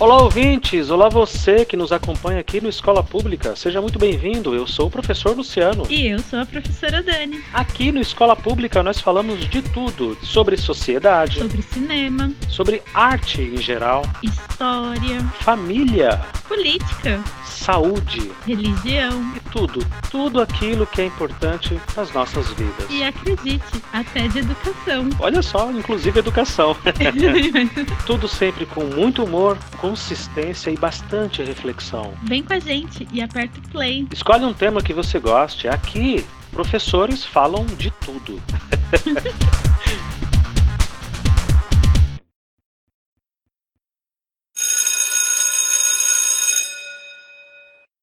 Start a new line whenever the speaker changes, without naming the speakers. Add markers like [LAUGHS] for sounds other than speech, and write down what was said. Olá, ouvintes! Olá, você que nos acompanha aqui no Escola Pública. Seja muito bem-vindo. Eu sou o professor Luciano.
E eu sou a professora Dani.
Aqui no Escola Pública nós falamos de tudo: sobre sociedade,
Sobre cinema,
sobre arte em geral,
história,
família,
política,
saúde
religião.
e tudo. Tudo aquilo que é importante nas nossas vidas.
E é acredite, até de educação. [LAUGHS]
Olha só, inclusive educação. [LAUGHS] Tudo sempre com muito humor, consistência e bastante reflexão.
Vem com a gente e aperta o play.
Escolhe um tema que você goste. Aqui, professores falam de tudo.